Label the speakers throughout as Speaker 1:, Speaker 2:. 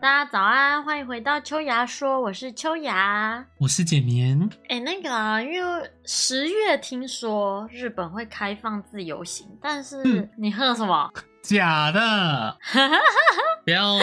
Speaker 1: 大家早安，欢迎回到秋芽说，我是秋芽。
Speaker 2: 我是简眠，
Speaker 1: 哎，那个啊，因为十月听说日本会开放自由行，但是
Speaker 2: 嗯
Speaker 1: 你喝了什么？
Speaker 2: 假 的，不要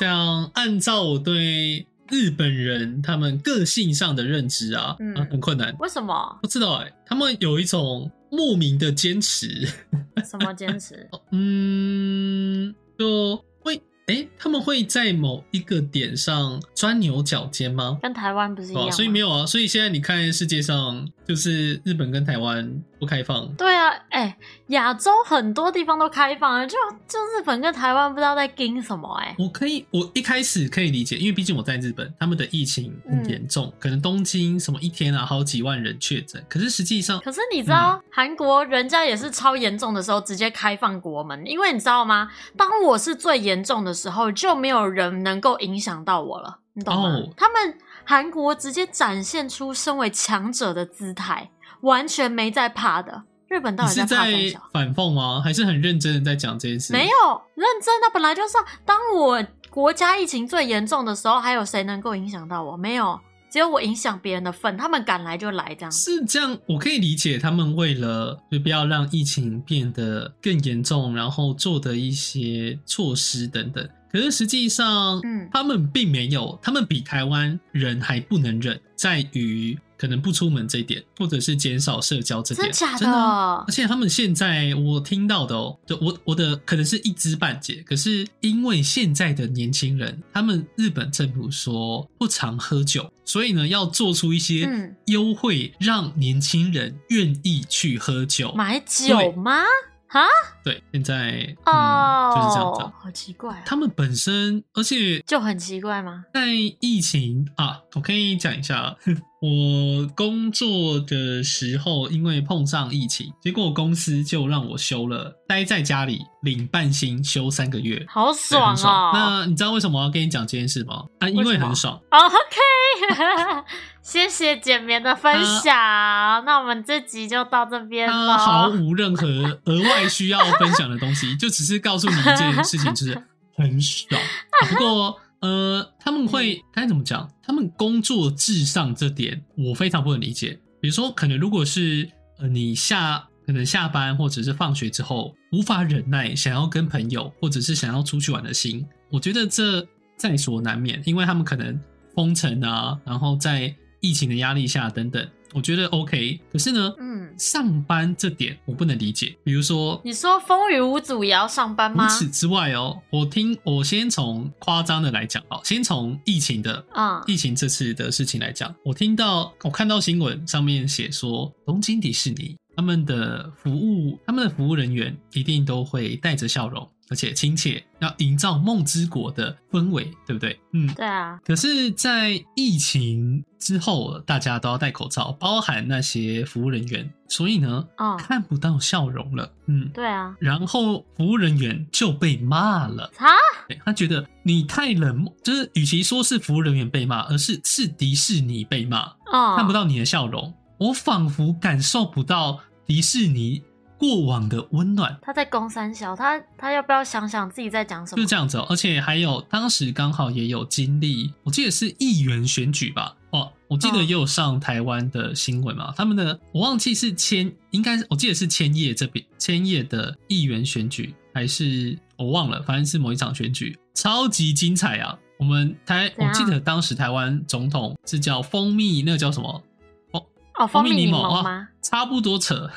Speaker 2: 这样。按照我对日本人他们个性上的认知啊，
Speaker 1: 嗯
Speaker 2: 啊很困难。
Speaker 1: 为什么？
Speaker 2: 不知道哎、他们有一种莫名的坚持，
Speaker 1: 什么坚持？
Speaker 2: 哦嗯，就会哎、他们会在某一个点上钻牛角尖吗？
Speaker 1: 跟台湾不是一样
Speaker 2: 哦，
Speaker 1: 吗？
Speaker 2: 所以没有啊，所以现在你看世界上就是日本跟台湾不开放，
Speaker 1: 对啊，哎、亚洲很多地方都开放啊了，就就日本跟台湾不知道在盯什么、哎，
Speaker 2: 我可以，我一开始可以理解，因为毕竟我在日本，他们的疫情很
Speaker 1: 嗯
Speaker 2: 严重，可能东京什么一天啊好几万人确诊，可是实际上
Speaker 1: 可是你知
Speaker 2: 嗯
Speaker 1: 道，韩、国人家也是超严重的时候直接开放国门，因为你知道吗？当我是最严重的时候，就没有人能够影响到我了，你懂吗？
Speaker 2: 哦
Speaker 1: 他们韩国直接展现出身为强者的姿态，完全没在怕的。日本到
Speaker 2: 你
Speaker 1: 底
Speaker 2: 是
Speaker 1: 怕
Speaker 2: 在
Speaker 1: 什么？
Speaker 2: 反讽吗？还是很认真的在讲这件事？
Speaker 1: 没有认真的，本来就是啊当我国家疫情最严重的时候，还有谁能够影响到我？没有，只有我影响别人的份。他们敢来就来，这样
Speaker 2: 是这样，我可以理解他们为了就不要让疫情变得更严重，然后做的一些措施等等。可是实际上，
Speaker 1: 嗯
Speaker 2: 他们并没有，他们比台湾人还不能忍，在于可能不出门这一点，或者是减少社交这
Speaker 1: 真
Speaker 2: 点。
Speaker 1: 假
Speaker 2: 真的啊
Speaker 1: 的
Speaker 2: 而？且他们现在我听到的哦，就我我的可能是一知半解，可是因为现在的年轻人，他们日本政府说不常喝酒，所以呢要做出一些
Speaker 1: 嗯
Speaker 2: 优惠，让年轻人愿意去喝酒。
Speaker 1: 买酒
Speaker 2: 对
Speaker 1: 吗？
Speaker 2: 对，现在嗯、
Speaker 1: 哦，
Speaker 2: 就是这样子啊。
Speaker 1: 好奇怪啊、
Speaker 2: 他们本身，而且
Speaker 1: 就很奇怪吗？
Speaker 2: 在疫情啊，我可以讲一下， 我工作的时候因为碰上疫情，结果公司就让我休了，待在家里领半薪休三个月。
Speaker 1: 好
Speaker 2: 对很
Speaker 1: 爽哦！
Speaker 2: 那你知道为什么我要跟你讲这件事吗？啊，因
Speaker 1: 为
Speaker 2: 为
Speaker 1: 什么
Speaker 2: 很爽。
Speaker 1: 哦 OK，谢 谢简棉的分享。
Speaker 2: 呃
Speaker 1: 那我们这集就到这边
Speaker 2: 他毫
Speaker 1: 了。
Speaker 2: 无任何额外需要分享的东西，就只是告诉你一件事情，就是很爽。啊不过，呃，他们会该怎么讲？他们工作至上这点，我非常不能理解。比如说，可能如果是呃你下可能下班或者是放学之后，无法忍耐想要跟朋友或者是想要出去玩的心，我觉得这在所难免，因为他们可能封城啊，然后在疫情的压力下等等，我觉得 OK。可是呢，
Speaker 1: 嗯，
Speaker 2: 上班这点我不能理解。比如说，
Speaker 1: 你说风雨无阻也要上班吗
Speaker 2: 除？此之外哦，我听我先从夸张的来讲哦，先从疫情的
Speaker 1: 嗯，
Speaker 2: 疫情这次的事情来讲，我听到我看到新闻上面写说，东京迪士尼他们的服务，他们的服务人员一定都会带着笑容，而且亲切，要营造梦之国的氛围，对不对？嗯，
Speaker 1: 对啊，
Speaker 2: 可是，在疫情之后，大家都要戴口罩，包含那些服务人员，所以呢，
Speaker 1: 嗯，
Speaker 2: 看不到笑容了。嗯，
Speaker 1: 对啊，
Speaker 2: 然后服务人员就被骂了，
Speaker 1: 啊，
Speaker 2: 对他觉得你太冷漠，就是与其说是服务人员被骂，而是是迪士尼被骂，
Speaker 1: 嗯，
Speaker 2: 看不到你的笑容，我仿佛感受不到迪士尼过往的温暖。
Speaker 1: 他在攻三小，他他要不要想想自己在讲什
Speaker 2: 就
Speaker 1: 么
Speaker 2: 是？这样子、哦，而且还有当时刚好也有经历，我记得是议员选举吧，哦，我记得
Speaker 1: 嗯
Speaker 2: 也有上台湾的新闻嘛，他们的我忘记是千，应该是我记得是千叶这边千叶的议员选举，还是我忘了，反正是某一场选举，超级精彩啊！我们台
Speaker 1: 怎
Speaker 2: 我
Speaker 1: 样
Speaker 2: 记得当时台湾总统是叫蜂蜜，那个叫什么？
Speaker 1: 哦，蜂蜜
Speaker 2: 蜜
Speaker 1: 柠
Speaker 2: 柠
Speaker 1: 檬
Speaker 2: 檬
Speaker 1: 吗？
Speaker 2: 差不多扯，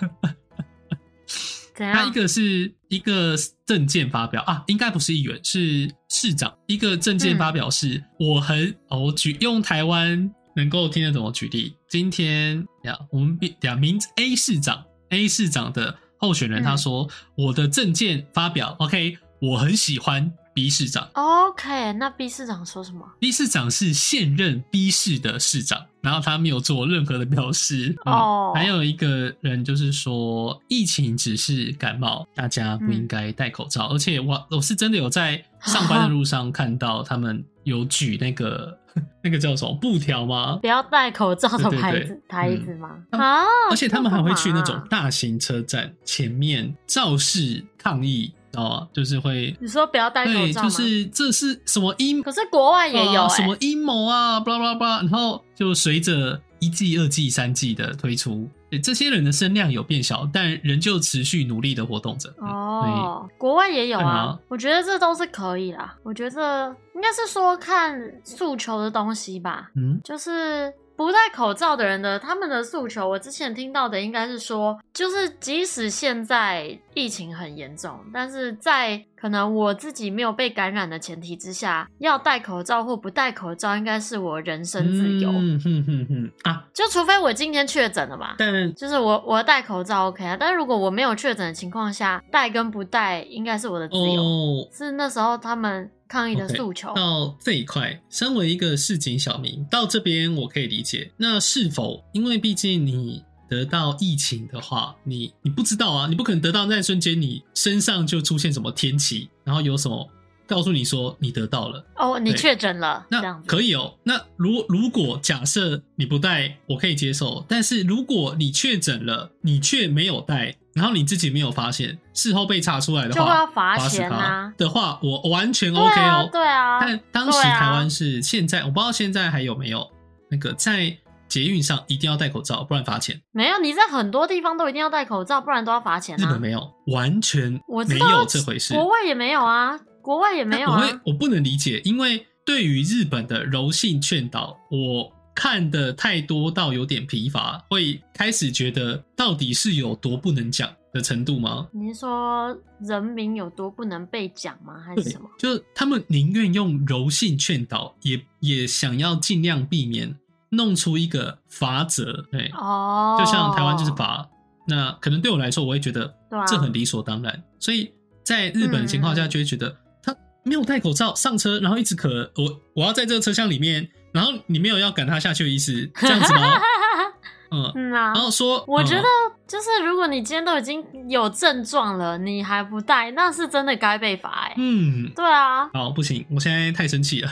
Speaker 1: 怎
Speaker 2: 他
Speaker 1: 样
Speaker 2: 一？个是一个证件发表啊，应该不是议员，是市长。一个证件发表是，我很哦，我举用台湾能够听得懂的举例。今天呀，我们比呀名 A 市长 A 市长的候选人
Speaker 1: 嗯
Speaker 2: 他说，我的证件发表，OK，我很喜欢 B 市长。
Speaker 1: OK，那 B 市长说什么？
Speaker 2: B 市长是现任 B 市的市长，然后他没有做任何的表示。嗯
Speaker 1: 哦
Speaker 2: 还有一个人就是说，疫情只是感冒，大家不应该戴口罩。而且我我是真的有在上班的路上看到他们有举那个 那个叫什么布条吗？
Speaker 1: 不要戴口罩的
Speaker 2: 对对
Speaker 1: 牌
Speaker 2: 对
Speaker 1: 子台
Speaker 2: 嗯
Speaker 1: 子吗？
Speaker 2: 他
Speaker 1: 啊！
Speaker 2: 而且他们
Speaker 1: 这
Speaker 2: 还
Speaker 1: 干
Speaker 2: 会
Speaker 1: 嘛
Speaker 2: 去那种大型车站前面肇事抗议，知道吗？就是会
Speaker 1: 你说不要戴口
Speaker 2: 对，
Speaker 1: 罩
Speaker 2: 就
Speaker 1: 吗？
Speaker 2: 是这是什么阴
Speaker 1: 可是国外也有、
Speaker 2: 啊
Speaker 1: 欸
Speaker 2: 什么阴谋啊，巴拉巴拉巴拉。然后就随着一季、二季、三季的推出，对这些人的声量有变小，但仍旧持续努力的活动着。嗯，
Speaker 1: 哦，国外也有啊
Speaker 2: 对吗，
Speaker 1: 我觉得这都是可以啦。我觉得应该是说看诉求的东西吧，
Speaker 2: 对嗯，
Speaker 1: 就是不戴口罩的人的他们的诉求，我之前听到的应该是说，就是即使现在疫情很严重，但是在可能我自己没有被感染的前提之下，要戴口罩或不戴口罩，应该是我人身自由。
Speaker 2: 嗯哼哼哼啊！
Speaker 1: 就除非我今天确诊了嘛，
Speaker 2: 但
Speaker 1: 就是我我戴口罩 OK 啊，但是如果我没有确诊的情况下，戴跟不戴应该是我的自由，
Speaker 2: 哦，
Speaker 1: 是那时候他们抗议的
Speaker 2: OK，
Speaker 1: 诉求。
Speaker 2: 到这一块，身为一个市井小民，到这边我可以理解。那是否因为毕竟你得到疫情的话，你你不知道啊，你不可能得到那一瞬间你身上就出现什么天气，然后有什么告诉你说你得到了，
Speaker 1: 哦，你
Speaker 2: 对
Speaker 1: 确诊了，这
Speaker 2: 那
Speaker 1: 样子
Speaker 2: 可以哦。那如如果假设你不戴，我可以接受。但是如果你确诊了，你却没有戴，然后你自己没有发现，事后被查出来的
Speaker 1: 就会要
Speaker 2: 话，
Speaker 1: 罚
Speaker 2: 罚十
Speaker 1: 钱
Speaker 2: 趴
Speaker 1: 啊。
Speaker 2: 的话，我完全
Speaker 1: 对
Speaker 2: OK
Speaker 1: 啊
Speaker 2: 哦。，
Speaker 1: 对啊，
Speaker 2: 但当时
Speaker 1: 对啊
Speaker 2: 台湾是现在，我不知道现在还有没有那个在捷运上一定要戴口罩，不然罚钱。
Speaker 1: 没有你在很多地方都一定要戴口罩，不然都要罚钱
Speaker 2: 日
Speaker 1: 啊
Speaker 2: 本。没有，完全
Speaker 1: 我知
Speaker 2: 没
Speaker 1: 道
Speaker 2: 有这回事。
Speaker 1: 国外也没有啊，国外也没有
Speaker 2: 我
Speaker 1: 啊
Speaker 2: 会。我不能理解，因为对于日本的柔性劝导，我看的太多到有点疲乏，会开始觉得到底是有多不能讲的程度吗？
Speaker 1: 你是说人民有多不能被讲吗？还是
Speaker 2: 对
Speaker 1: 什么？，
Speaker 2: 就他们宁愿用柔性劝导，也也想要尽量避免弄出一个法则。对，
Speaker 1: 哦，
Speaker 2: 就像台湾就是罚，那可能对我来说，我会觉得
Speaker 1: 对啊
Speaker 2: 这很理所当然。所以在日本的情况下，
Speaker 1: 嗯
Speaker 2: 就会觉得他没有戴口罩上车，然后一直咳，我我要在这个车厢里面，然后你没有要赶他下去的意思，这样子 吗？嗯，
Speaker 1: 嗯啊
Speaker 2: 然，后说，
Speaker 1: 我觉
Speaker 2: 嗯
Speaker 1: 得就是，如果你今天都已经有症状了，你还不戴，那是真的该被罚哎、
Speaker 2: 嗯，
Speaker 1: 对啊，
Speaker 2: 好，不行，我现在太生 气了。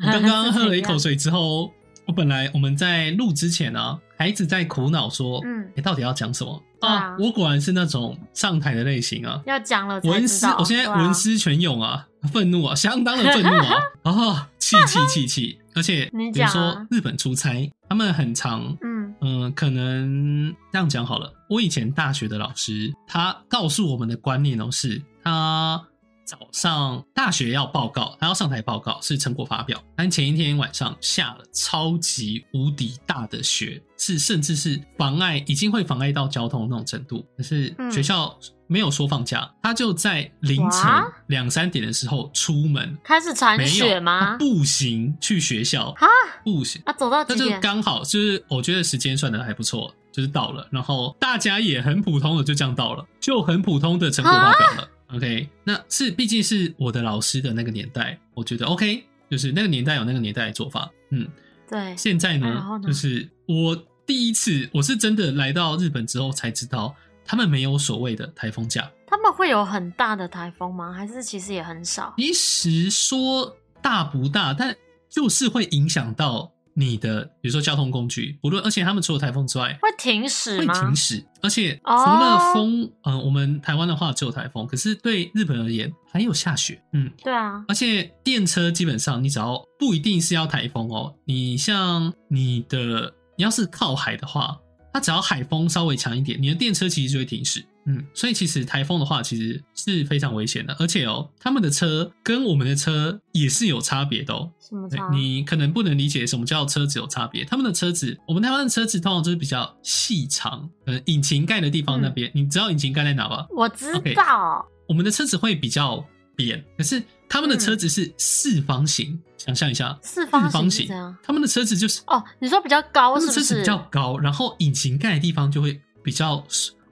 Speaker 2: 我刚刚喝了一口水之后，我本来我们在录之前呢、啊，还一直在苦恼说，
Speaker 1: 嗯
Speaker 2: 嗯，你到底要讲什么
Speaker 1: 对啊
Speaker 2: 我果然是那种上台的类型啊。
Speaker 1: 要讲了才
Speaker 2: 文
Speaker 1: 知
Speaker 2: 思，
Speaker 1: 道。
Speaker 2: 我现在文
Speaker 1: 对啊，
Speaker 2: 思泉涌啊，愤怒啊，相当的愤怒 啊，啊，气气气气！而且
Speaker 1: 你
Speaker 2: 比如
Speaker 1: 讲啊
Speaker 2: 说日本出差，他们很常，
Speaker 1: 嗯，
Speaker 2: 嗯、可能这样讲好了。我以前大学的老师，他告诉我们的观念哦，是他早上大学要报告，他要上台报告是成果发表，但前一天晚上下了超级无敌大的雪，是甚至是妨碍，已经会妨碍到交通那种程度。可是
Speaker 1: 嗯
Speaker 2: 学校没有说放假，他就在凌晨
Speaker 1: 哇
Speaker 2: 两三点的时候出门，
Speaker 1: 开始铲
Speaker 2: 没有
Speaker 1: 雪吗
Speaker 2: 他？ 步行去学校
Speaker 1: 哈，
Speaker 2: 步行。
Speaker 1: 啊，走到
Speaker 2: 那
Speaker 1: 几
Speaker 2: 就
Speaker 1: 点？
Speaker 2: 刚好，就是我觉得时间算的还不错，就是到了，然后大家也很普通的就这样到了，就很普通的成果发表了。OK，那
Speaker 1: 啊
Speaker 2: 是毕竟是我的老师的那个年代，我觉得 OK，就是那个年代有那个年代的做法。嗯，
Speaker 1: 对，
Speaker 2: 现在呢，
Speaker 1: 啊然后呢
Speaker 2: 就是我第一次，我是真的来到日本之后才知道，他们没有所谓的台风假。
Speaker 1: 他们会有很大的台风吗？还是其实也很少？
Speaker 2: 其实说大不大，但就是会影响到你的，比如说交通工具，不论而且他们除了台风之外，
Speaker 1: 会停驶
Speaker 2: 会
Speaker 1: 吗
Speaker 2: 停？驶，而且除
Speaker 1: 哦
Speaker 2: 了风，嗯、我们台湾的话只有台风，可是对日本而言还有下雪，嗯，
Speaker 1: 对啊，
Speaker 2: 而且电车基本上你只要不一定是要台风哦，你像你的你要是靠海的话，它只要海风稍微强一点，你的电车其实就会停驶。嗯，所以其实台风的话，其实是非常危险的，而且哦，他们的车跟我们的车也是有差别的哦。
Speaker 1: 什么
Speaker 2: 对
Speaker 1: 差？
Speaker 2: 你可能不能理解什么叫车子有差别。他们的车子，我们台湾的车子通常就是比较细长，呃，引擎盖的地方
Speaker 1: 嗯
Speaker 2: 那边，你知道引擎盖在哪吧？
Speaker 1: 我知
Speaker 2: OK
Speaker 1: 道
Speaker 2: 我们的车子会比较扁，可是他们的
Speaker 1: 嗯
Speaker 2: 车子是四方形，想象一下，
Speaker 1: 四方
Speaker 2: 四
Speaker 1: 形
Speaker 2: 方
Speaker 1: 是
Speaker 2: 形
Speaker 1: 怎样，
Speaker 2: 他们的车子就是，
Speaker 1: 哦，你说比较高
Speaker 2: 他
Speaker 1: 是
Speaker 2: 们
Speaker 1: 不
Speaker 2: 车子
Speaker 1: 是
Speaker 2: 比？较高，然后引擎盖的地方就会比较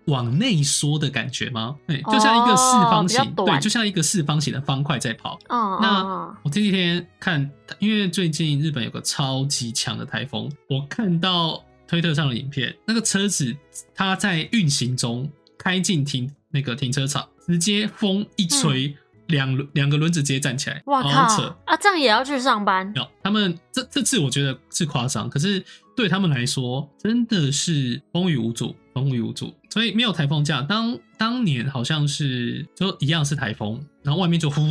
Speaker 2: 往内缩的感觉吗？对，就像一个四方形，
Speaker 1: 哦比较短
Speaker 2: 对，就像一个四方形的方块在跑。
Speaker 1: 嗯，
Speaker 2: 那
Speaker 1: 嗯
Speaker 2: 我前几天看，因为最近日本有个超级强的台风，我看到推特上的影片，那个车子它在运行中开进停那个停车场，直接风一吹，两轮两个轮子直接站起来，
Speaker 1: 嗯哇
Speaker 2: 好
Speaker 1: 靠
Speaker 2: 扯！
Speaker 1: 啊，这样也要去上班？
Speaker 2: 没有他们这这次我觉得是夸张，可是对他们来说真的是风雨无阻。风雨无阻，所以没有台风假。当当年好像是就一样是台风，然后外面就呼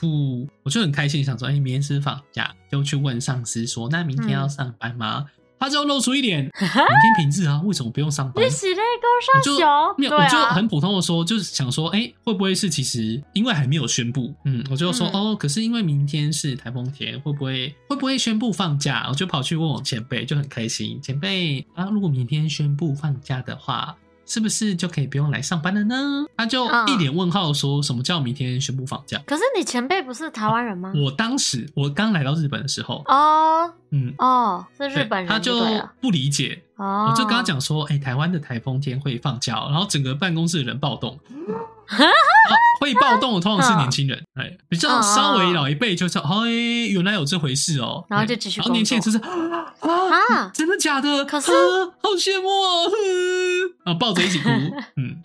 Speaker 2: 呼，我就很开心，想说哎、明天是放假，就去问上司说那明天要上班吗？他就露出一脸，明天平日啊，为什么不用上 班
Speaker 1: 你？洗内
Speaker 2: 我
Speaker 1: 沟
Speaker 2: 就
Speaker 1: 上小，
Speaker 2: 没有，
Speaker 1: 对
Speaker 2: 我就
Speaker 1: 啊，
Speaker 2: 很普通的说，就是想说，哎、会不会是其实因为还没有宣布，嗯，我就说，
Speaker 1: 嗯
Speaker 2: 哦，可是因为明天是台风天，会不会会不会宣布放假？我就跑去问我前辈，就很开心，前辈啊，如果明天宣布放假的话。是不是就可以不用来上班了呢？他就
Speaker 1: 嗯
Speaker 2: 一脸问号，说什么叫明天宣布放假？
Speaker 1: 可是你前辈不是台湾人吗？
Speaker 2: 我当时我刚来到日本的时候，
Speaker 1: 哦
Speaker 2: 嗯，
Speaker 1: 哦，是日
Speaker 2: 对
Speaker 1: 本人
Speaker 2: 他就
Speaker 1: 对了。
Speaker 2: 不理解，
Speaker 1: 哦，
Speaker 2: 我就跟他，讲说，哎、台湾的台风天会放假哦、然后整个办公室的人暴 动。啊会暴动的通常是年轻人，哎、比较稍微老一辈就是，哎，原来有这回事哦、
Speaker 1: 然后就继续
Speaker 2: 然后年轻人就是啊，
Speaker 1: 啊
Speaker 2: 真的假的？
Speaker 1: 可是
Speaker 2: 啊好羡慕哦、啊，抱着 一起哭，嗯，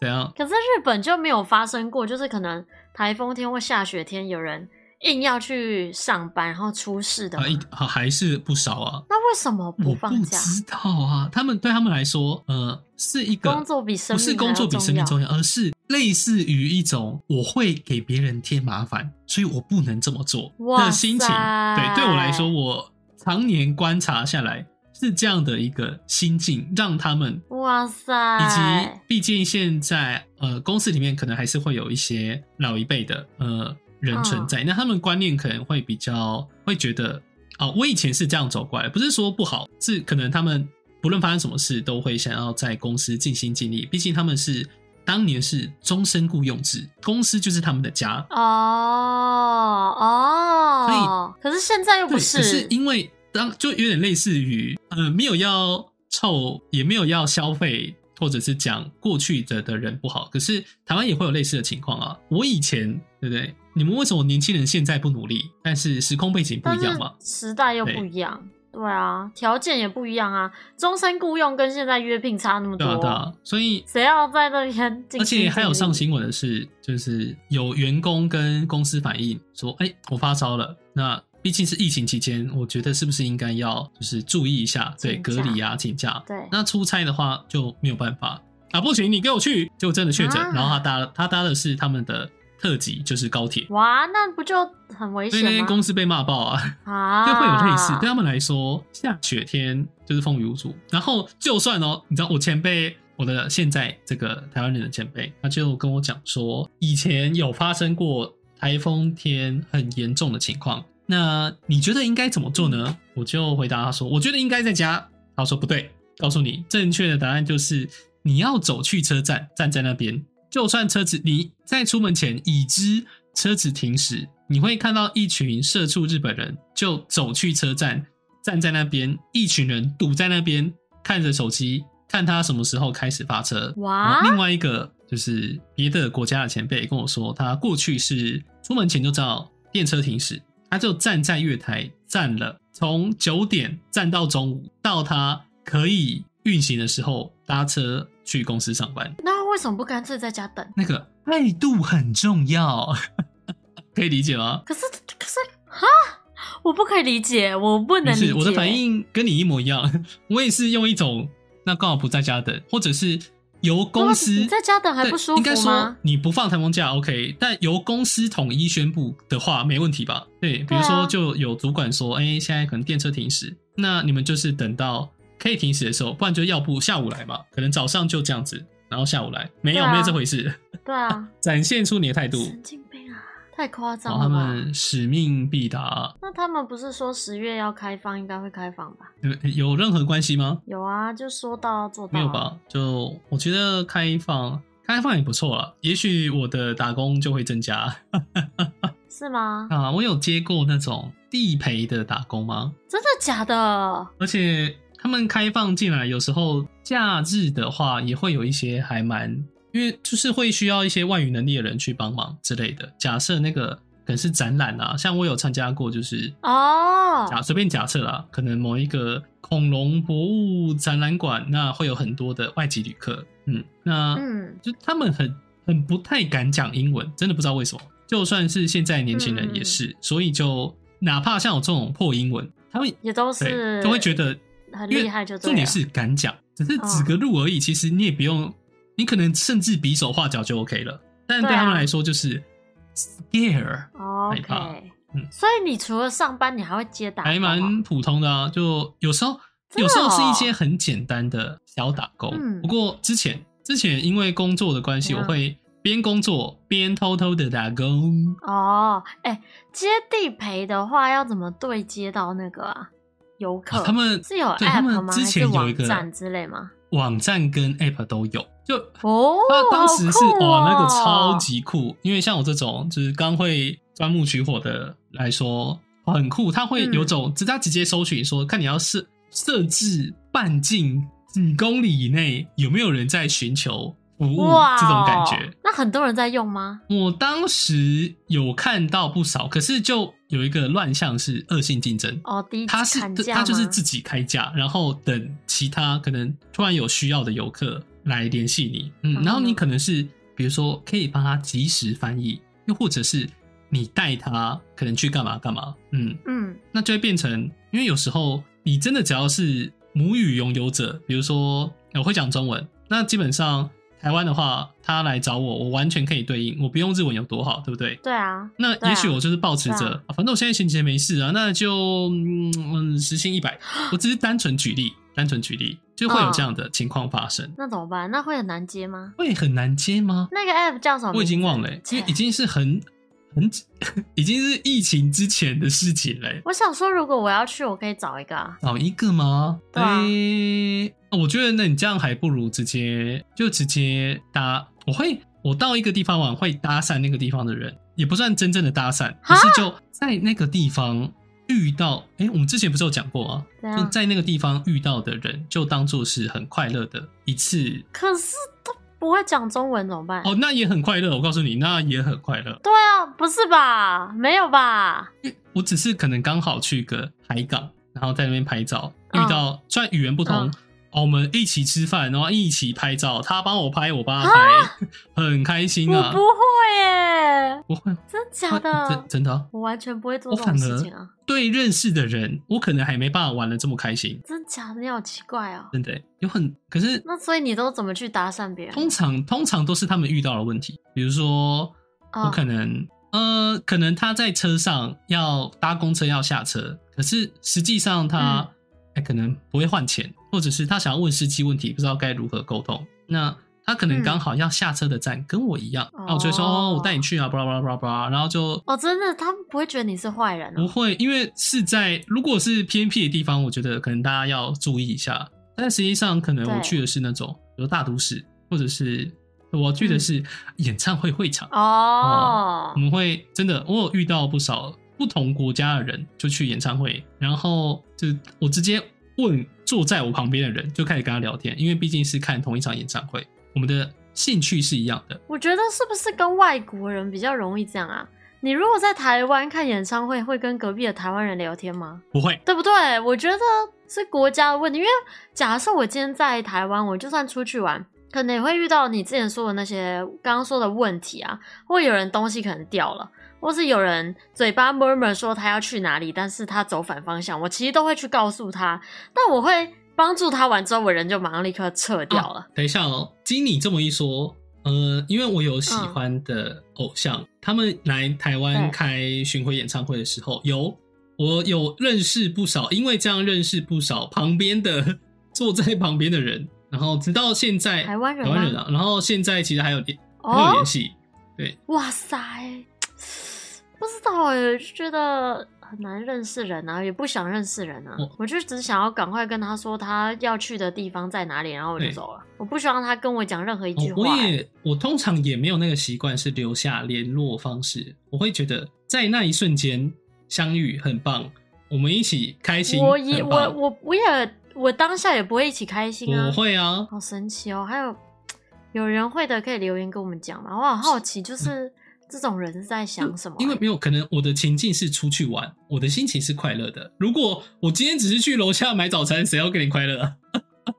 Speaker 2: 怎样？
Speaker 1: 可是日本就没有发生过，就是可能台风天或下雪天，有人硬要去上班，然后出事的嘛。
Speaker 2: 啊，一啊还是不少啊。
Speaker 1: 那为什么
Speaker 2: 我
Speaker 1: 不放
Speaker 2: 不
Speaker 1: 假？
Speaker 2: 知道啊，他们对他们来说，呃，是一个
Speaker 1: 工作比生
Speaker 2: 不
Speaker 1: 命
Speaker 2: 是工作比生命重
Speaker 1: 要。
Speaker 2: 要，而是类似于一种我会给别人添麻烦，所以我不能这么做
Speaker 1: 哇
Speaker 2: 的心情。
Speaker 1: 塞
Speaker 2: 对，对我来说，我常年观察下来是这样的一个心境，让他们
Speaker 1: 哇塞！
Speaker 2: 以及毕竟现在呃公司里面可能还是会有一些老一辈的呃人存在，那他们观念可能会比较会觉得哦，我以前是这样走过来，不是说不好，是可能他们不论发生什么事都会想要在公司尽心尽力，毕竟他们是当年是终身雇佣制，公司就是他们的家，
Speaker 1: 哦哦，可是现在又
Speaker 2: 对，
Speaker 1: 不
Speaker 2: 可是因为当就有点类似于，呃，没有要臭，也没有要消费，或者是讲过去的的人不好。可是台湾也会有类似的情况啊。我以前对不对？你们为什么年轻人现在不努力？但是时空背景不
Speaker 1: 但
Speaker 2: 一
Speaker 1: 是
Speaker 2: 样嘛。
Speaker 1: 时代又
Speaker 2: 对
Speaker 1: 不一样，对啊，条件也不一样啊，终身雇佣跟现在约聘差那么
Speaker 2: 对
Speaker 1: 多，
Speaker 2: 啊，对啊。所以，
Speaker 1: 谁要在那边？
Speaker 2: 而且还有上，新闻的是，就是有员工跟公司反映说，哎、我发烧了。那毕竟是疫情期间，我觉得是不是应该要就是注意一下，对，
Speaker 1: 请
Speaker 2: 隔
Speaker 1: 假
Speaker 2: 离啊，请假。
Speaker 1: 对，
Speaker 2: 那出差的话就没有办法啊，不行，你给我去，就真的确诊。
Speaker 1: 啊
Speaker 2: 然后他搭他搭的是他们的特级，就是高铁，
Speaker 1: 哇，那不就很危
Speaker 2: 所以那
Speaker 1: 险
Speaker 2: 天
Speaker 1: 吗？
Speaker 2: 公司被骂爆啊，
Speaker 1: 啊，
Speaker 2: 就会有类似。对他们来说，下雪天就是风雨无阻。然后就算哦，你知道我前辈。我的现在这个台湾人的前辈，他就跟我讲说，以前有发生过台风天很严重的情况，那你觉得应该怎么做呢？我就回答他说，我觉得应该在家。他说不对，告诉你正确的答案就是你要走去车站，站在那边，就算车子你在出门前已知车子停驶，你会看到一群社畜日本人就走去车站，站在那边，一群人堵在那边，看着手机，看他什么时候开始发车。然
Speaker 1: 哇
Speaker 2: 后，另外一个就是别的国家的前辈也跟我说，他过去是出门前就知道电车停驶，他就站在月台站了，从九点站到中午，到他可以运行的时候搭车去公司上班。
Speaker 1: 那为什么不干脆在家等？
Speaker 2: 那个态度很重要， 可以理解吗？
Speaker 1: 可是可是哈，我不可以理解，我不能
Speaker 2: 没
Speaker 1: 理
Speaker 2: 事，
Speaker 1: 解。
Speaker 2: 我的反应跟你一模一样，我也是用一种那刚好不在家等，或者是由公司
Speaker 1: 啊你在家等还
Speaker 2: 对
Speaker 1: 不舒
Speaker 2: 应该
Speaker 1: 服
Speaker 2: 说
Speaker 1: 吗？
Speaker 2: 你不放台风假 OK，但由公司统一宣布的话没问题吧？对，比如
Speaker 1: 对啊
Speaker 2: 说就有主管说，哎、现在可能电车停驶，那你们就是等到可以停驶的时候，不然就要不下午来嘛，可能早上就这样子，然后下午来，没有、
Speaker 1: 对啊
Speaker 2: 没有这回事，
Speaker 1: 对啊，
Speaker 2: 展现出你的态度
Speaker 1: 神，经病啊，太夸
Speaker 2: 然
Speaker 1: 张
Speaker 2: 后他
Speaker 1: 了吧？
Speaker 2: 们使命必达，
Speaker 1: 那他们不是说十月要开放，应该会开放吧？
Speaker 2: 有有任何关系吗？
Speaker 1: 有啊，就说到要做到。
Speaker 2: 没有？吧？就我觉得开放，开放也不错啊。也许我的打工就会增加
Speaker 1: 是吗？
Speaker 2: 啊。我有接过那种地陪的打工吗？
Speaker 1: 真的假的？
Speaker 2: 而且他们开放进来，有时候假日的话也会有一些还蛮，因为就是会需要一些外语能力的人去帮忙之类的。假设那个可能是展览啊，像我有参加过，就是
Speaker 1: 哦，
Speaker 2: 假随便假设啦，可能某一个恐龙博物展览馆，那会有很多的外籍旅客，嗯，那
Speaker 1: 嗯，
Speaker 2: 就他们很很不太敢讲英文，真的不知道为什么。就算是现在年轻
Speaker 1: 嗯
Speaker 2: 人也是，所以就哪怕像我这种破英文，他们
Speaker 1: 也都
Speaker 2: 对
Speaker 1: 是
Speaker 2: 都会觉得
Speaker 1: 很
Speaker 2: 因为
Speaker 1: 厉害就对了。
Speaker 2: 重点是敢讲，只是指个路而已。其实你也不用，你可能甚至比手画脚就 OK 了。但对
Speaker 1: 对啊
Speaker 2: 他们来说就是 scare，害怕
Speaker 1: 哦 OK，
Speaker 2: 嗯
Speaker 1: 所以你除了上班，你还会接打工啊
Speaker 2: 还蛮普通的啊。就有时候，
Speaker 1: 真的哦
Speaker 2: 有时候是一些很简单的小打工。
Speaker 1: 嗯啊
Speaker 2: 不过之前之前因为工作的关系，
Speaker 1: 怎样
Speaker 2: 我会边工作边偷偷的打工。
Speaker 1: 哦，哎、接地陪的话要怎么对接到那个啊？游客、
Speaker 2: 啊他们
Speaker 1: 是有
Speaker 2: 对他
Speaker 1: app
Speaker 2: 们
Speaker 1: 吗？
Speaker 2: 之前有一
Speaker 1: 还是
Speaker 2: 个
Speaker 1: 网站之类吗？
Speaker 2: 网站跟 App 都有，就
Speaker 1: 哦，
Speaker 2: 他当时是
Speaker 1: 好酷哦
Speaker 2: 哇，那个超级酷，因为像我这种就是刚会钻木取火的来说，很酷。他会
Speaker 1: 嗯
Speaker 2: 有种，直他直接搜寻说，看你要设设置半径几公里以内有没有人在寻求服务
Speaker 1: 哇哦，
Speaker 2: 这种感觉。
Speaker 1: 那很多人在用吗？
Speaker 2: 我当时有看到不少，可是就有一个乱象是恶性竞争。
Speaker 1: 哦，第一
Speaker 2: 他是
Speaker 1: 砍价吗
Speaker 2: 他就是自己开价，然后等其他可能突然有需要的游客来联系你，
Speaker 1: 嗯
Speaker 2: 嗯，然后你可能是比如说可以帮他及时翻译，又或者是你带他可能去干嘛干嘛，嗯，
Speaker 1: 嗯
Speaker 2: 那就会变成，因为有时候你真的只要是母语拥有者，比如说呃我会讲中文，那基本上台湾的话，他来找我，我完全可以对应，我不用日文有多好，对不对？
Speaker 1: 对啊，
Speaker 2: 那也许
Speaker 1: 对啊
Speaker 2: 我就是抱持
Speaker 1: 对
Speaker 2: 着、
Speaker 1: 啊
Speaker 2: 啊反正我现在闲钱没事啊，那就嗯嗯时薪一百，我只是单纯举例，单纯举例，就会
Speaker 1: 嗯
Speaker 2: 有这样的情况发生，
Speaker 1: 那怎么办？那会很难接吗？
Speaker 2: 会很难接吗？
Speaker 1: 那个 app 叫什么名字？
Speaker 2: 我已经忘了、欸因
Speaker 1: 嗯
Speaker 2: 为已经是很很 已经是疫情之前的事情嘞、欸
Speaker 1: 我想说，如果我要去，我可以找一个啊。
Speaker 2: 找哦一个吗？
Speaker 1: 对啊
Speaker 2: 诶哦我觉得那你这样还不如直接就直接搭。我会我到一个地方玩会搭讪那个地方的人，也不算真正的搭讪，可
Speaker 1: 哈
Speaker 2: 是就在那个地方遇到。哎、我们之前不是有讲过吗？
Speaker 1: 怎
Speaker 2: 就
Speaker 1: 样？
Speaker 2: 嗯在那个地方遇到的人，就当做是很快乐的一次。
Speaker 1: 可是都不会讲中文，怎么办？
Speaker 2: 哦，那也很快乐。我告诉你，那也很快乐。
Speaker 1: 对啊，不是吧？没有吧？
Speaker 2: 我只是可能刚好去个海港，然后在那边拍照，遇
Speaker 1: 嗯
Speaker 2: 到虽然语言不同，
Speaker 1: 嗯
Speaker 2: 哦我们一起吃饭，然后一起拍照，他帮我拍，我帮他拍，很开心
Speaker 1: 啊我
Speaker 2: 啊
Speaker 1: 不！会耶，
Speaker 2: 不会，
Speaker 1: 真假
Speaker 2: 真
Speaker 1: 的？
Speaker 2: 真的啊、
Speaker 1: 我完全不会做
Speaker 2: 我
Speaker 1: 这种
Speaker 2: 反
Speaker 1: 事情啊
Speaker 2: 而！对认识的人，我可能还没办法玩的这么开心，
Speaker 1: 真假的？你好奇怪哦。
Speaker 2: 真的欸有很可是
Speaker 1: 那所以你都怎么去搭讪别人？
Speaker 2: 通常通常都是他们遇到的问题，比如说
Speaker 1: 嗯
Speaker 2: 我可能、呃，可能他在车上要搭公车要下车，可是实际上他
Speaker 1: 嗯、
Speaker 2: 哎可能不会换钱，或者是他想要问司机问题，不知道该如何沟通。那他可能
Speaker 1: 嗯
Speaker 2: 刚好要下车的站跟我一样，
Speaker 1: 哦
Speaker 2: 那我就会说哦，我带你去啊，巴拉巴拉巴拉巴拉，然后就
Speaker 1: 哦，真的，他们不会觉得你是坏人
Speaker 2: 不
Speaker 1: 哦。
Speaker 2: 会，因为是在如果是偏僻的地方，我觉得可能大家要注意一下。但实际上，可能我
Speaker 1: 对
Speaker 2: 去的是那种，比如大都市，或者是我去的
Speaker 1: 嗯
Speaker 2: 是演唱会会场。
Speaker 1: 哦
Speaker 2: 我，们会真的，我有遇到不少不同国家的人，就去演唱会，然后就我直接问坐在我旁边的人，就开始跟他聊天，因为毕竟是看同一场演唱会，我们的兴趣是一样的。
Speaker 1: 我觉得是不是跟外国人比较容易这样啊？你如果在台湾看演唱会，会跟隔壁的台湾人聊天吗？
Speaker 2: 不会，
Speaker 1: 对不对？我觉得是国家的问题，因为假设我今天在台湾，我就算出去玩，可能也会遇到你之前说的那些刚刚说的问题啊，或有人东西可能掉了，或是有人嘴巴 murmur 说他要去哪里，但是他走反方向，我其实都会去告诉他，但我会帮助他完之后，我人就马上立刻撤掉了。
Speaker 2: 等一下哦，经你这么一说，呃，因为我有喜欢的偶像，他们来台湾
Speaker 1: 嗯对
Speaker 2: 开巡回演唱会的时候，有我有认识不少，因为这样认识不少旁边的坐在旁边的人，然后直到现在
Speaker 1: 台湾人
Speaker 2: 台
Speaker 1: 吗
Speaker 2: 湾人啊，然后现在其实还有联还有
Speaker 1: 哦
Speaker 2: 联，系，
Speaker 1: 哇塞，不知道哎、就觉得很难认识人啊，也不想认识人啊。
Speaker 2: 我
Speaker 1: 我就只想要赶快跟他说他要去的地方在哪里，然后我就
Speaker 2: 对
Speaker 1: 走了。我不希望他跟我讲任何一句话、
Speaker 2: 哦我
Speaker 1: 欸
Speaker 2: 也我通常也没有那个习惯是留下联络方式，我会觉得在那一瞬间相遇很棒，我们一起开心，
Speaker 1: 我也
Speaker 2: 很
Speaker 1: 我
Speaker 2: 棒
Speaker 1: 我我也我当下也不会一起开心啊
Speaker 2: 我。会啊，
Speaker 1: 好神奇哦！还有有人会的可以留言跟我们讲吗？我好好奇，就是这种人是在想什么、
Speaker 2: 嗯
Speaker 1: 啊
Speaker 2: 因为没有可能，我的情境是出去玩，我的心情是快乐的。如果我今天只是去楼下买早餐，谁要跟你快乐啊？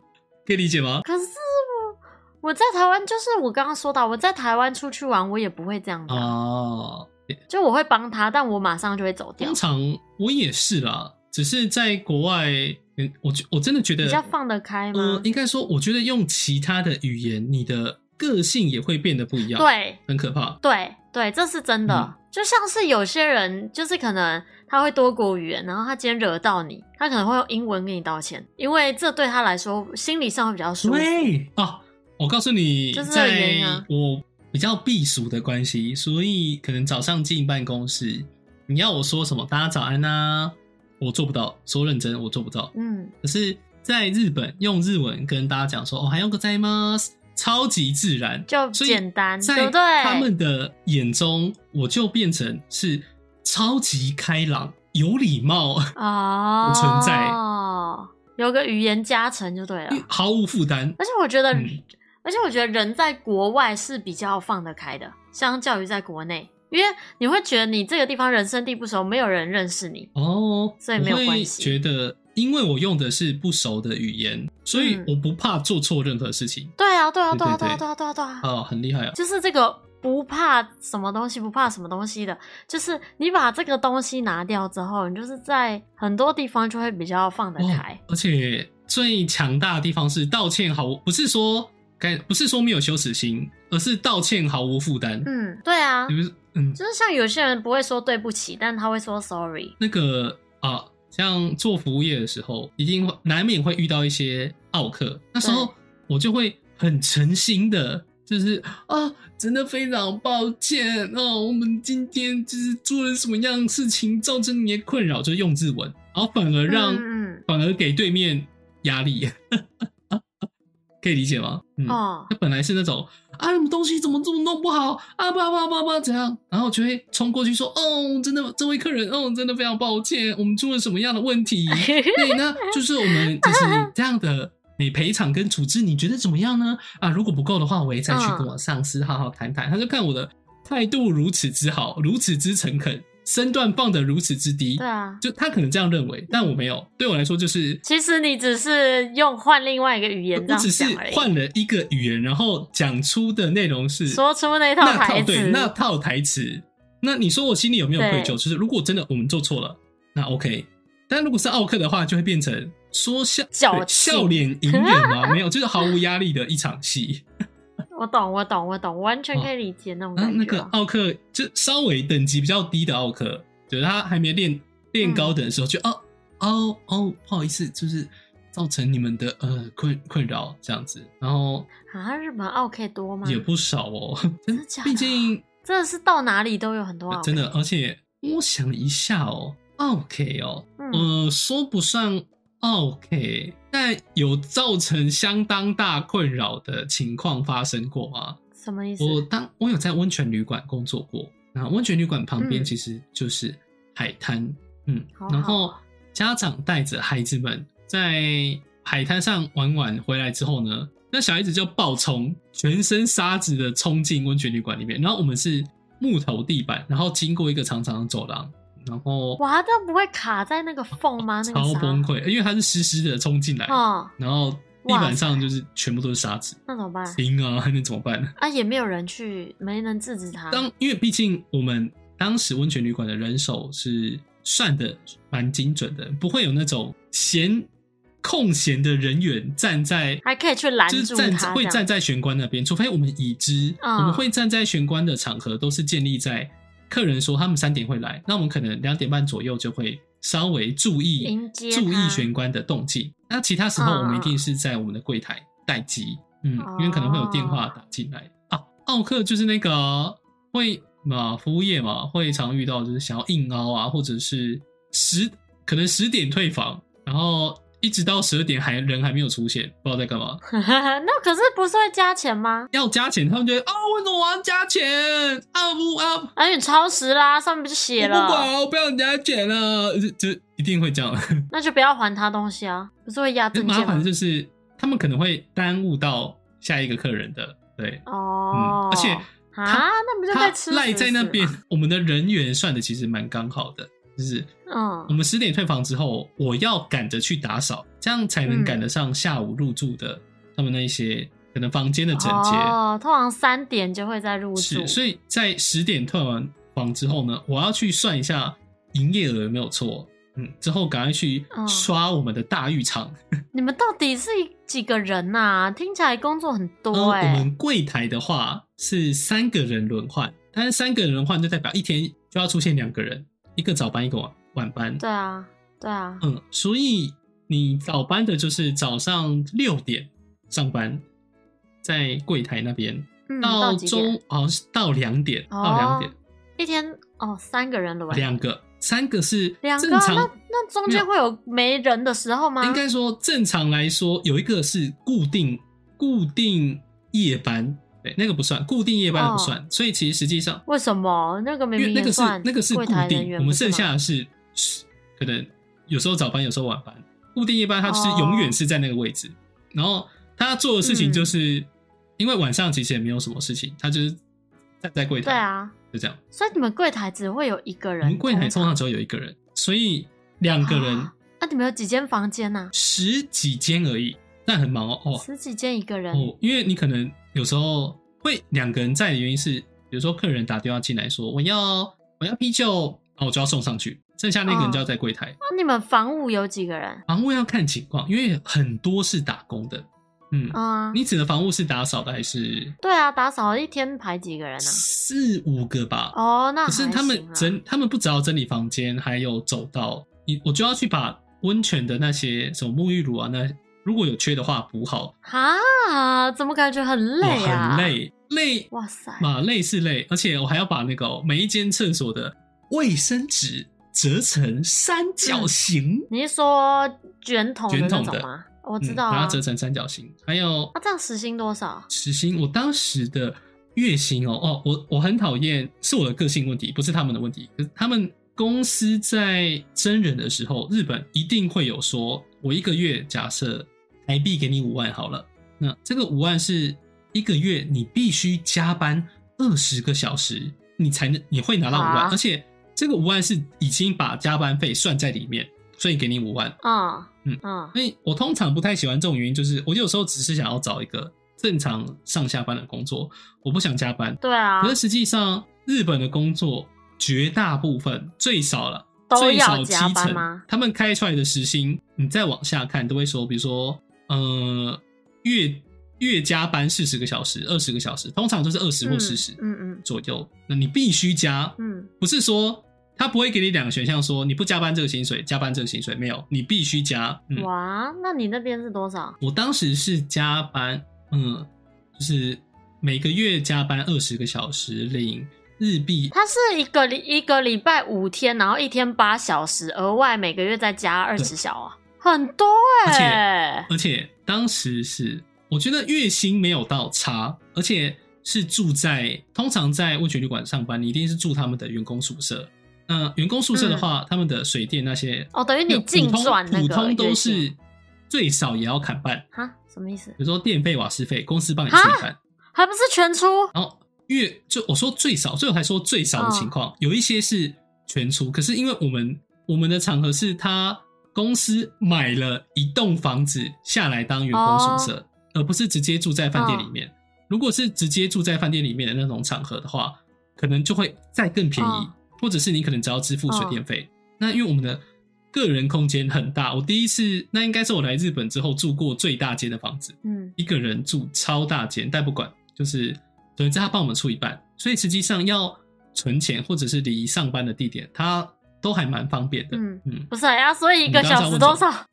Speaker 2: 可以理解吗？
Speaker 1: 可是我我在台湾，就是我刚刚说到，我在台湾出去玩，我也不会这样子、啊。
Speaker 2: 哦，
Speaker 1: 就我会帮他，但我马上就会走掉
Speaker 2: 通。常我也是啦，只是在国外，嗯、嗯，我觉我真的觉得
Speaker 1: 比较放得开吗
Speaker 2: 呃，应该说，我觉得用其他的语言，你的个性也会变得不一样，，
Speaker 1: 对，
Speaker 2: 很可怕。
Speaker 1: 对对，这是真的。
Speaker 2: 啊嗯
Speaker 1: 就像是有些人，就是可能他会多国语言，然后他今天惹到你，他可能会用英文跟你道歉，因为这对他来说心理上会比较舒服。
Speaker 2: 对啊，我告诉你，
Speaker 1: 就是这个原
Speaker 2: 在
Speaker 1: 因啊
Speaker 2: 我比较避暑的关系，所以可能早上进办公室，你要我说什么，大家早安啊，我做不到，说认真我做不到。
Speaker 1: 嗯，
Speaker 2: 可是在日本用日文跟大家讲说，哦，还用个在吗？超级自然，
Speaker 1: 就
Speaker 2: 所以
Speaker 1: 简单，对
Speaker 2: 在
Speaker 1: 不对？
Speaker 2: 他们的眼中，我就变成是超级开朗、有礼貌、
Speaker 1: 哦，
Speaker 2: 存在
Speaker 1: 有个语言加成就对了。
Speaker 2: 毫无负担。
Speaker 1: 而且我觉得，
Speaker 2: 嗯
Speaker 1: 而且我觉得人在国外是比较放得开的，相较于在国内，因为你会觉得你这个地方人生地不熟，没有人认识你。
Speaker 2: 哦，
Speaker 1: 所以没有
Speaker 2: 我
Speaker 1: 关
Speaker 2: 会
Speaker 1: 系
Speaker 2: 觉得，因为我用的是不熟的语言，所以
Speaker 1: 嗯
Speaker 2: 我不怕做错任何事情。
Speaker 1: 对啊，对啊，对啊，对
Speaker 2: 对
Speaker 1: 啊，
Speaker 2: 对
Speaker 1: 对啊，对啊，对啊。
Speaker 2: 哦，很厉害啊！
Speaker 1: 就是这个不怕什么东西，不怕什么东西的，就是你把这个东西拿掉之后，你就是在很多地方就会比较放得开。
Speaker 2: 哦而且最强大的地方是道歉毫无，不是说该不是说没有羞耻心，而是道歉毫无负担。
Speaker 1: 嗯，对啊
Speaker 2: 你，不是嗯，
Speaker 1: 就是像有些人不会说对不起，但他会说 sorry。
Speaker 2: 那个啊，像做服务业的时候，一定会难免会遇到一些奥客，那时候
Speaker 1: 对
Speaker 2: 我就会很诚心的。就是啊，真的非常抱歉哦，我们今天就是做了什么样的事情造成你的困扰，就是用日文，然后反而让、
Speaker 1: 嗯嗯
Speaker 2: 反而给对面压力， 可以理解吗？嗯，
Speaker 1: 嗯哦，
Speaker 2: 他本来是那种啊，你们东西怎么这么弄不好啊，叭叭叭叭怎样，然后就会冲过去说，哦，真的，这位客人，哦，真的非常抱歉，我们出了什么样的问题？ 所以呢，就是我们就是这样的，你赔偿跟处置，你觉得怎么样呢？啊，如果不够的话，我也再去
Speaker 1: 嗯
Speaker 2: 跟我上司好好谈谈。他就看我的态度如此之好，如此之诚恳，身段放得如此之低
Speaker 1: 对，啊。
Speaker 2: 就他可能这样认为，但我没有，对我来说就是
Speaker 1: 其实你只是用换另外一个语言这
Speaker 2: 我
Speaker 1: 样
Speaker 2: 只是
Speaker 1: 讲而已，
Speaker 2: 换了一个语言，然后讲出的内容是
Speaker 1: 说出那套
Speaker 2: 那
Speaker 1: 台
Speaker 2: 套
Speaker 1: 词
Speaker 2: 对，那套台词。那你说我心里有没有愧疚？
Speaker 1: 对
Speaker 2: 就是如果真的我们做错了，那 OK。但如果是奥克的话，就会变成说笑
Speaker 1: 矫
Speaker 2: 对
Speaker 1: 情
Speaker 2: 笑脸迎人 啊，没有，就是毫无压力的一场戏。
Speaker 1: 我懂，我懂，我懂，完全可以理解那种
Speaker 2: 然
Speaker 1: 感
Speaker 2: 后哦那
Speaker 1: 觉
Speaker 2: 个
Speaker 1: 啊。
Speaker 2: 奥克就稍微等级比较低的奥克，就是他还没练练高等的时候，就
Speaker 1: 嗯
Speaker 2: 哦哦哦，不好意思，就是造成你们的呃困困扰这样子，然后
Speaker 1: 啊，日本奥 K 多吗？
Speaker 2: 也不少哦，
Speaker 1: 真的假的
Speaker 2: 毕竟
Speaker 1: 真的是到哪里都有很多奥 K，
Speaker 2: 呃真的，而且我想一下哦，OK 哦，
Speaker 1: 嗯，
Speaker 2: 呃，说不上 OK，但有造成相当大困扰的情况发生过吗？
Speaker 1: 什么意思？
Speaker 2: 我当我有在温泉旅馆工作过，那温泉旅馆旁边
Speaker 1: 嗯
Speaker 2: 其实就是海滩，嗯，
Speaker 1: 好
Speaker 2: 然
Speaker 1: 好
Speaker 2: 后家长带着孩子们在海滩上玩玩，回来之后呢，那小孩子就暴冲，全身沙子的冲进温泉旅馆里面，然后我们是木头地板，然后经过一个长长的走廊，然后
Speaker 1: 哇，这不会卡在那个缝吗？那个
Speaker 2: 超
Speaker 1: 啥
Speaker 2: 崩溃，因为它是湿湿的冲进来，
Speaker 1: 哦，
Speaker 2: 然后地
Speaker 1: 哇
Speaker 2: 板上
Speaker 1: 塞
Speaker 2: 就是全部都是沙子，
Speaker 1: 那怎么办？
Speaker 2: 行啊，还能怎么办呢？
Speaker 1: 啊，也没有人去，没人制止他。
Speaker 2: 当因为毕竟我们当时温泉旅馆的人手是算的蛮精准的，不会有那种闲空闲的人员站在，
Speaker 1: 还可以去拦
Speaker 2: 就是
Speaker 1: 住
Speaker 2: 站
Speaker 1: 他
Speaker 2: 会
Speaker 1: 这样
Speaker 2: 站在玄关那边，除非我们已知，
Speaker 1: 嗯
Speaker 2: 我们会站在玄关的场合都是建立在客人说他们三点会来，那我们可能两点半左右就会稍微注意
Speaker 1: 迎接
Speaker 2: 注
Speaker 1: 他嗯
Speaker 2: 意玄关的动静，那其他时候我们一定是在我们的柜台待机，嗯，
Speaker 1: 哦
Speaker 2: 因为可能会有电话打进来啊。奥克就是那个啊会嘛，服务业嘛，会常遇到就是想要硬凹啊，或者是十可能十点退房，然后一直到十二点还人还没有出现，不知道在干嘛。
Speaker 1: 那可是不是会加钱吗？
Speaker 2: 要加钱，他们觉得啊，为什么我要加钱？up up，
Speaker 1: 而且超时啦，上面不是
Speaker 2: 我
Speaker 1: 写
Speaker 2: 不管
Speaker 1: 了，
Speaker 2: 啊，我不要你加钱了，就就一定会这样。
Speaker 1: 那就不要还他东西啊，不是会压证
Speaker 2: 麻
Speaker 1: 件
Speaker 2: 烦
Speaker 1: 吗
Speaker 2: 的？就是他们可能会耽误到下一个客人的，对，
Speaker 1: 哦，
Speaker 2: 嗯而且
Speaker 1: 啊，那不就
Speaker 2: 他
Speaker 1: 被吃
Speaker 2: 赖
Speaker 1: 死
Speaker 2: 在那
Speaker 1: 死
Speaker 2: 边
Speaker 1: 吗，
Speaker 2: 我们的人员算的其实蛮刚好的，就是我
Speaker 1: 嗯，
Speaker 2: 们十点退房之后，我要赶着去打扫，这样才能
Speaker 1: 嗯
Speaker 2: 赶得上下午入住的他们那一些可能房间的整洁，
Speaker 1: 哦，通常三点就会再入住
Speaker 2: 是，，所以在十点退完房之后呢，我要去算一下营业额有没有错，嗯，之后赶快去
Speaker 1: 嗯
Speaker 2: 刷我们的大浴场。
Speaker 1: 你们到底是几个人呐、听起来工作很
Speaker 2: 呃，
Speaker 1: 多
Speaker 2: 我
Speaker 1: 哎、
Speaker 2: 们柜台的话是三个人轮换，但是三个人轮换就代表一天就要出现两个人，一个早班，一个晚晚班。
Speaker 1: 对啊，对啊，
Speaker 2: 嗯，所以你早班的就是早上六点上班，在柜台那边，
Speaker 1: 嗯，
Speaker 2: 到
Speaker 1: 几点？
Speaker 2: 中好像是到两点，到
Speaker 1: 哦
Speaker 2: 两点，
Speaker 1: 一天哦，三个人轮，
Speaker 2: 两个三个是
Speaker 1: 两
Speaker 2: 正
Speaker 1: 个啊，那
Speaker 2: 常，
Speaker 1: 那中
Speaker 2: 没
Speaker 1: 间
Speaker 2: 有
Speaker 1: 会有没人的时候吗？
Speaker 2: 应该说正常来说有一个是固定固定夜班，对，那个不算，固定夜班的不算，
Speaker 1: 哦
Speaker 2: 所以其实实际上。
Speaker 1: 为什么那个明
Speaker 2: 因为
Speaker 1: 明
Speaker 2: 那
Speaker 1: 也
Speaker 2: 个是
Speaker 1: 算
Speaker 2: 那个是
Speaker 1: 柜
Speaker 2: 固
Speaker 1: 台人
Speaker 2: 定，
Speaker 1: 员，
Speaker 2: 我们
Speaker 1: 不是
Speaker 2: 剩
Speaker 1: 吗
Speaker 2: 下的是是可能有时候早班，有时候晚班。固定夜班它是永远是在那个位置，然后他做的事情就是，
Speaker 1: 嗯
Speaker 2: 因为晚上其实也没有什么事情，他就是站在柜台，
Speaker 1: 对啊，
Speaker 2: 就这样。
Speaker 1: 所以你们柜台只会有一个
Speaker 2: 我
Speaker 1: 人，
Speaker 2: 们柜台通常只有有一个人，所以两个人
Speaker 1: 啊那你们有几间房间呐、
Speaker 2: 十几间而已，但很忙哦。哦
Speaker 1: 十几间一个人，
Speaker 2: 哦，因为你可能有时候会两个人在的原因是，比如说客人打电话进来说我要我要啤酒，啊，我就要送上去，剩下那个人就要在柜台。
Speaker 1: 那啊你们房务有几个人？
Speaker 2: 房务要看情况，因为很多是打工的，嗯，
Speaker 1: 啊、
Speaker 2: 你指的房务是打扫的还是
Speaker 1: 对啊，打扫一天排几个人啊？
Speaker 2: 四五个吧？
Speaker 1: 哦，那
Speaker 2: 可是
Speaker 1: 还
Speaker 2: 他们
Speaker 1: 行啊
Speaker 2: 整，他们不只要整理房间，还有走道，你我就要去把温泉的那些什么沐浴乳啊，那如果有缺的话补好，
Speaker 1: 啊，怎么感觉很
Speaker 2: 我
Speaker 1: 累啊？
Speaker 2: 很，累，累
Speaker 1: 哇塞，
Speaker 2: 嘛，累是累，而且我还要把那个哦、每一间厕所的卫生纸折成三
Speaker 1: 嗯
Speaker 2: 角形，
Speaker 1: 你是说卷筒的
Speaker 2: 卷
Speaker 1: 那
Speaker 2: 筒
Speaker 1: 种
Speaker 2: 的嗯
Speaker 1: 吗？我
Speaker 2: 我
Speaker 1: 知道
Speaker 2: 把
Speaker 1: 啊
Speaker 2: 它，折成三角形，还有
Speaker 1: 那、这样时薪多少？
Speaker 2: 时薪，我当时的月薪哦哦，我我很讨厌，是我的个性问题，不是他们的问题。可是他们公司在真人的时候，日本一定会有说，我一个月假设台币给你五万好了，那这个五万是一个月你必须加班二十个小时，你才能你会拿到五万，
Speaker 1: 啊
Speaker 2: 而且这个五万是已经把加班费算在里面，所以给你五万。
Speaker 1: 嗯
Speaker 2: 嗯
Speaker 1: 嗯，
Speaker 2: 所以我通常不太喜欢这种原因，就是我有时候只是想要找一个正常上下班的工作，我不想加班。
Speaker 1: 对啊
Speaker 2: 可，是实际上，日本的工作绝大部分最少了，
Speaker 1: 都
Speaker 2: 最
Speaker 1: 要
Speaker 2: 少七
Speaker 1: 加班
Speaker 2: 成
Speaker 1: 吗？，
Speaker 2: 他们开出来的时薪，你再往下看，都会说，比如说，呃，月月加班四十个小时、二十个小时，通常都是二十或
Speaker 1: 嗯
Speaker 2: 四十
Speaker 1: 嗯嗯
Speaker 2: 左右。那你必须加，
Speaker 1: 嗯，
Speaker 2: 不是说他不会给你两个选项，说你不加班这个薪水，加班这个薪水没有，你必须加。嗯，
Speaker 1: 哇，那你那边是多少？
Speaker 2: 我当时是加班，嗯，就是每个月加班二十个小时，领日币。
Speaker 1: 它是一个礼一个礼拜五天，然后一天八小时，额外每个月再加二十小啊，很多
Speaker 2: 而且
Speaker 1: 哎、
Speaker 2: 而且当时是我觉得月薪没有到差，而且是住在通常在温泉旅馆上班，你一定是住他们的员工宿舍。那、员工宿舍的话，他们的水电那些，
Speaker 1: 哦，等于嗯
Speaker 2: 那
Speaker 1: 你
Speaker 2: 普
Speaker 1: 净
Speaker 2: 通
Speaker 1: 赚那
Speaker 2: 普
Speaker 1: 个
Speaker 2: 通
Speaker 1: 月
Speaker 2: 都
Speaker 1: 薪
Speaker 2: 是最少也要砍半，
Speaker 1: 哈，什么意思
Speaker 2: 比？如说电费、瓦斯费，公司帮你出一半。
Speaker 1: 还不是全出
Speaker 2: 然后月就我说最少，所以我才说最少的情况，有一些是全出，可是因为我们我们的场合是他公司买了一栋房子下来当员工宿舍，而不是直接住在饭店里面。如果是直接住在饭店里面的那种场合的话，可能就会再更便宜，
Speaker 1: 哦
Speaker 2: 或者是你可能只要支付水电费。那因为我们的个人空间很大，我第一次那应该是我来日本之后住过最大间的房子，
Speaker 1: 嗯，
Speaker 2: 一个人住超大间，但不管，就是总之他帮我们出一半，所以实际上要存钱或者是离上班的地点，他都还蛮方便的。
Speaker 1: 嗯
Speaker 2: 嗯
Speaker 1: 不是呀、啊，所以一个
Speaker 2: 你刚
Speaker 1: 小
Speaker 2: 才
Speaker 1: 时
Speaker 2: 问
Speaker 1: 多
Speaker 2: 什
Speaker 1: 少？
Speaker 2: 么
Speaker 1: 啊，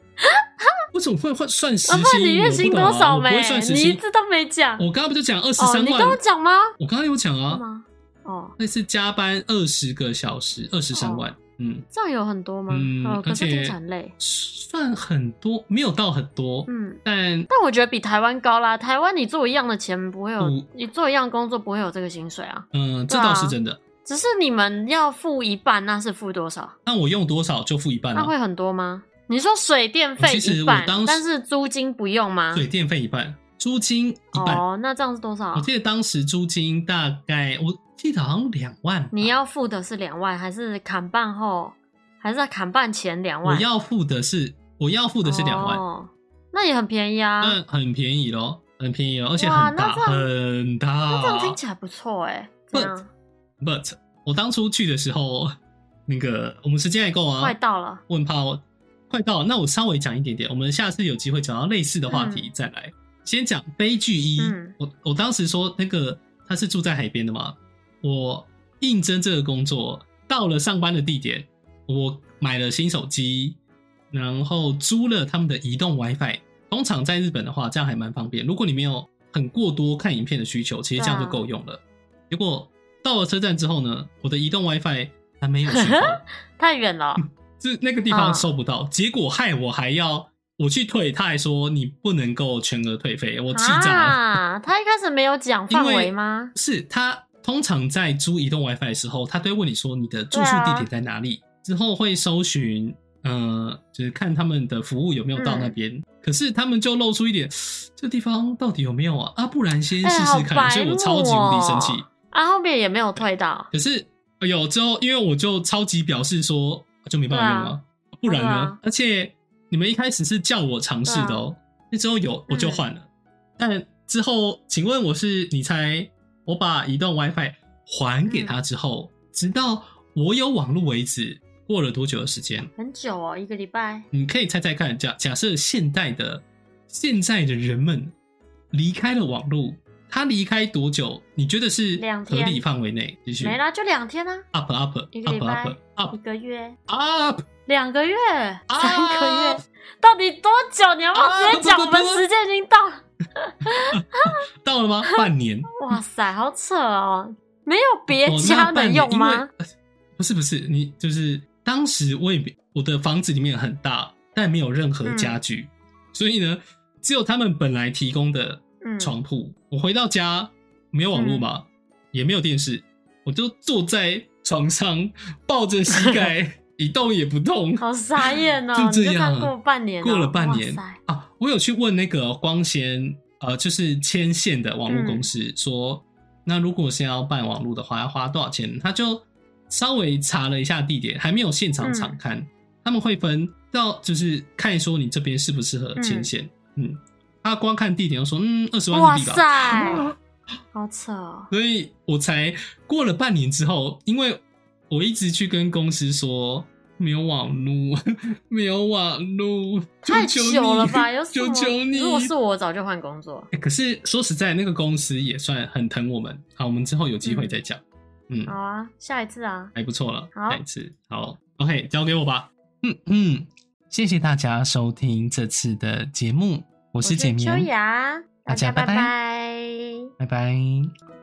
Speaker 2: 为什么会会算时薪？
Speaker 1: 那你月薪多少
Speaker 2: 我不
Speaker 1: 没？
Speaker 2: 会算时
Speaker 1: 你一
Speaker 2: 薪，
Speaker 1: 直都没讲。
Speaker 2: 我刚刚不就讲二十
Speaker 1: 哦，
Speaker 2: 三
Speaker 1: 你
Speaker 2: 万？
Speaker 1: 跟我讲吗？
Speaker 2: 我刚刚有讲
Speaker 1: 是
Speaker 2: 啊，
Speaker 1: 吗？哦，
Speaker 2: 那是加班二十个小时，二十三万，嗯，
Speaker 1: 这样有很多吗？
Speaker 2: 嗯
Speaker 1: 哦，可
Speaker 2: 而
Speaker 1: 是
Speaker 2: 且
Speaker 1: 听起来很累。
Speaker 2: 算很多，没有到很多，
Speaker 1: 嗯，
Speaker 2: 但
Speaker 1: 但我觉得比台湾高啦。台湾你做一样的钱不会有
Speaker 2: 不，
Speaker 1: 你做一样工作不会有这个薪水啊。
Speaker 2: 嗯、这
Speaker 1: 对啊
Speaker 2: 倒是真的。
Speaker 1: 只是你们要付一半，那是付多少？
Speaker 2: 那我用多少就付一半
Speaker 1: 那
Speaker 2: 啊，
Speaker 1: 会很多吗？你说水电费
Speaker 2: 其实
Speaker 1: 一
Speaker 2: 我
Speaker 1: 半
Speaker 2: 当，时
Speaker 1: 但是租金不用吗？
Speaker 2: 水电费一半，租金一半。
Speaker 1: 哦，那这样是多少
Speaker 2: 我？记得当时租金大概，我记得好像两万吧。
Speaker 1: 你要付的是两万，还是砍半后，还是在砍半前两
Speaker 2: 我
Speaker 1: 万？
Speaker 2: 要付的是我要付的是两万，
Speaker 1: 哦，那也很便宜啊。
Speaker 2: 那很便宜咯，很便宜哦，而且
Speaker 1: 哇
Speaker 2: 很大
Speaker 1: 那这样
Speaker 2: 很
Speaker 1: 那这样听
Speaker 2: 大。啊
Speaker 1: 起来不错哎、
Speaker 2: 不
Speaker 1: 这样
Speaker 2: But 我当初去的时候，那个我们时间还够啊，
Speaker 1: 快到了，
Speaker 2: 我很怕我快到了，那我稍微讲一点点，我们下次有机会讲到类似的话题再来。先讲悲剧一，
Speaker 1: 嗯
Speaker 2: 我我当时说那个他是住在海边的嘛，我应征这个工作，到了上班的地点，我买了新手机，然后租了他们的移动 WiFi。通常在日本的话，这样还蛮方便。如果你没有很过多看影片的需求，其实这样就够用了。结果到了车站之后呢，我的移动 WiFi 还没有信号。
Speaker 1: 太远了，
Speaker 2: 是那个地方
Speaker 1: 嗯
Speaker 2: 收不到，结果害我还要我去退，他还说你不能够全额退费， 我气炸了。
Speaker 1: 啊！他一开始没有讲范围吗？
Speaker 2: 是他通常在租移动 WiFi 的时候，他都会问你说你的住宿地点在哪
Speaker 1: 嗯
Speaker 2: 里，之后会搜寻，呃，就是看他们的服务有没有到那边。
Speaker 1: 嗯
Speaker 2: 可是他们就露出一点，这地方到底有没有啊？啊，不然先
Speaker 1: 哎
Speaker 2: 试
Speaker 1: 好
Speaker 2: 试看。
Speaker 1: 白
Speaker 2: 所以我超级无敌生气
Speaker 1: 目。啊，后面也没有退到，
Speaker 2: 可是有之后，因为我就超级表示说就没办法用了，不然呢？
Speaker 1: 对啊
Speaker 2: 而且你们一开始是叫我尝试的哦，那之后有我
Speaker 1: 嗯
Speaker 2: 就换了，但之后请问我是你猜我把移动 WiFi 还给
Speaker 1: 嗯
Speaker 2: 他之后，直到我有网络为止，过了多久的时间？
Speaker 1: 很久哦，一个礼拜。
Speaker 2: 你可以猜猜看，假假设现代的现在的人们离开了网络，他离开多久？你觉得是
Speaker 1: 两
Speaker 2: 合
Speaker 1: 天
Speaker 2: 理范围内？继续
Speaker 1: 没啦，就两天啊，
Speaker 2: up up
Speaker 1: 一个礼
Speaker 2: up
Speaker 1: 拜
Speaker 2: up
Speaker 1: 一
Speaker 2: up
Speaker 1: 个月、
Speaker 2: up，
Speaker 1: 两个月、三个月，到底多久？你要不要直接讲？
Speaker 2: 啊不
Speaker 1: 我
Speaker 2: 不不
Speaker 1: 们时间已经 到了。
Speaker 2: 到了吗？半年，
Speaker 1: 哇塞，好扯哦！没有别
Speaker 2: 哦
Speaker 1: 家
Speaker 2: 那
Speaker 1: 能
Speaker 2: 半
Speaker 1: 用
Speaker 2: 年因为
Speaker 1: 吗？
Speaker 2: 呃不是不是，你就是当时我也没我的房子里面很大，但没有任何
Speaker 1: 嗯
Speaker 2: 家具，所以呢，只有他们本来提供的
Speaker 1: 嗯，
Speaker 2: 床铺。我回到家没有网络嘛，也没有电视，我就坐在床上抱着 膝盖一动也不动，
Speaker 1: 好傻眼哦！
Speaker 2: 就这样
Speaker 1: 你这样过半年哦，
Speaker 2: 过了半年
Speaker 1: 哇塞
Speaker 2: 啊，我有去问那个光纤呃，就是牵线的网络
Speaker 1: 嗯
Speaker 2: 公司、说，那如果是要办网络的话，要花多少钱？他就稍微查了一下地点，还没有现场查
Speaker 1: 嗯
Speaker 2: 看，他们会分到就是看说你这边适不适合牵线，嗯。他光看地点就说，嗯，二十万
Speaker 1: 哇
Speaker 2: 日币吧。
Speaker 1: 塞，好扯哦！
Speaker 2: 所以我才过了半年之后，因为我一直去跟公司说没有网络， 没有网络，求
Speaker 1: 太
Speaker 2: 求
Speaker 1: 久
Speaker 2: 你
Speaker 1: 了吧？有什
Speaker 2: 求
Speaker 1: 么？
Speaker 2: 求你！
Speaker 1: 如果是我，早就换工作。
Speaker 2: 欸可是说实在，那个公司也算很疼我们。好，我们之后有机会再讲。嗯，
Speaker 1: 好啊，下一次啊，
Speaker 2: 还不错了。
Speaker 1: 好
Speaker 2: 下一次好，OK，交给我吧。嗯嗯，谢谢大家收听这次的节目，我
Speaker 1: 我
Speaker 2: 是简
Speaker 1: 秋
Speaker 2: 明，
Speaker 1: 雅，大
Speaker 2: 大家
Speaker 1: 家
Speaker 2: 拜
Speaker 1: 拜拜。
Speaker 2: 拜拜拜。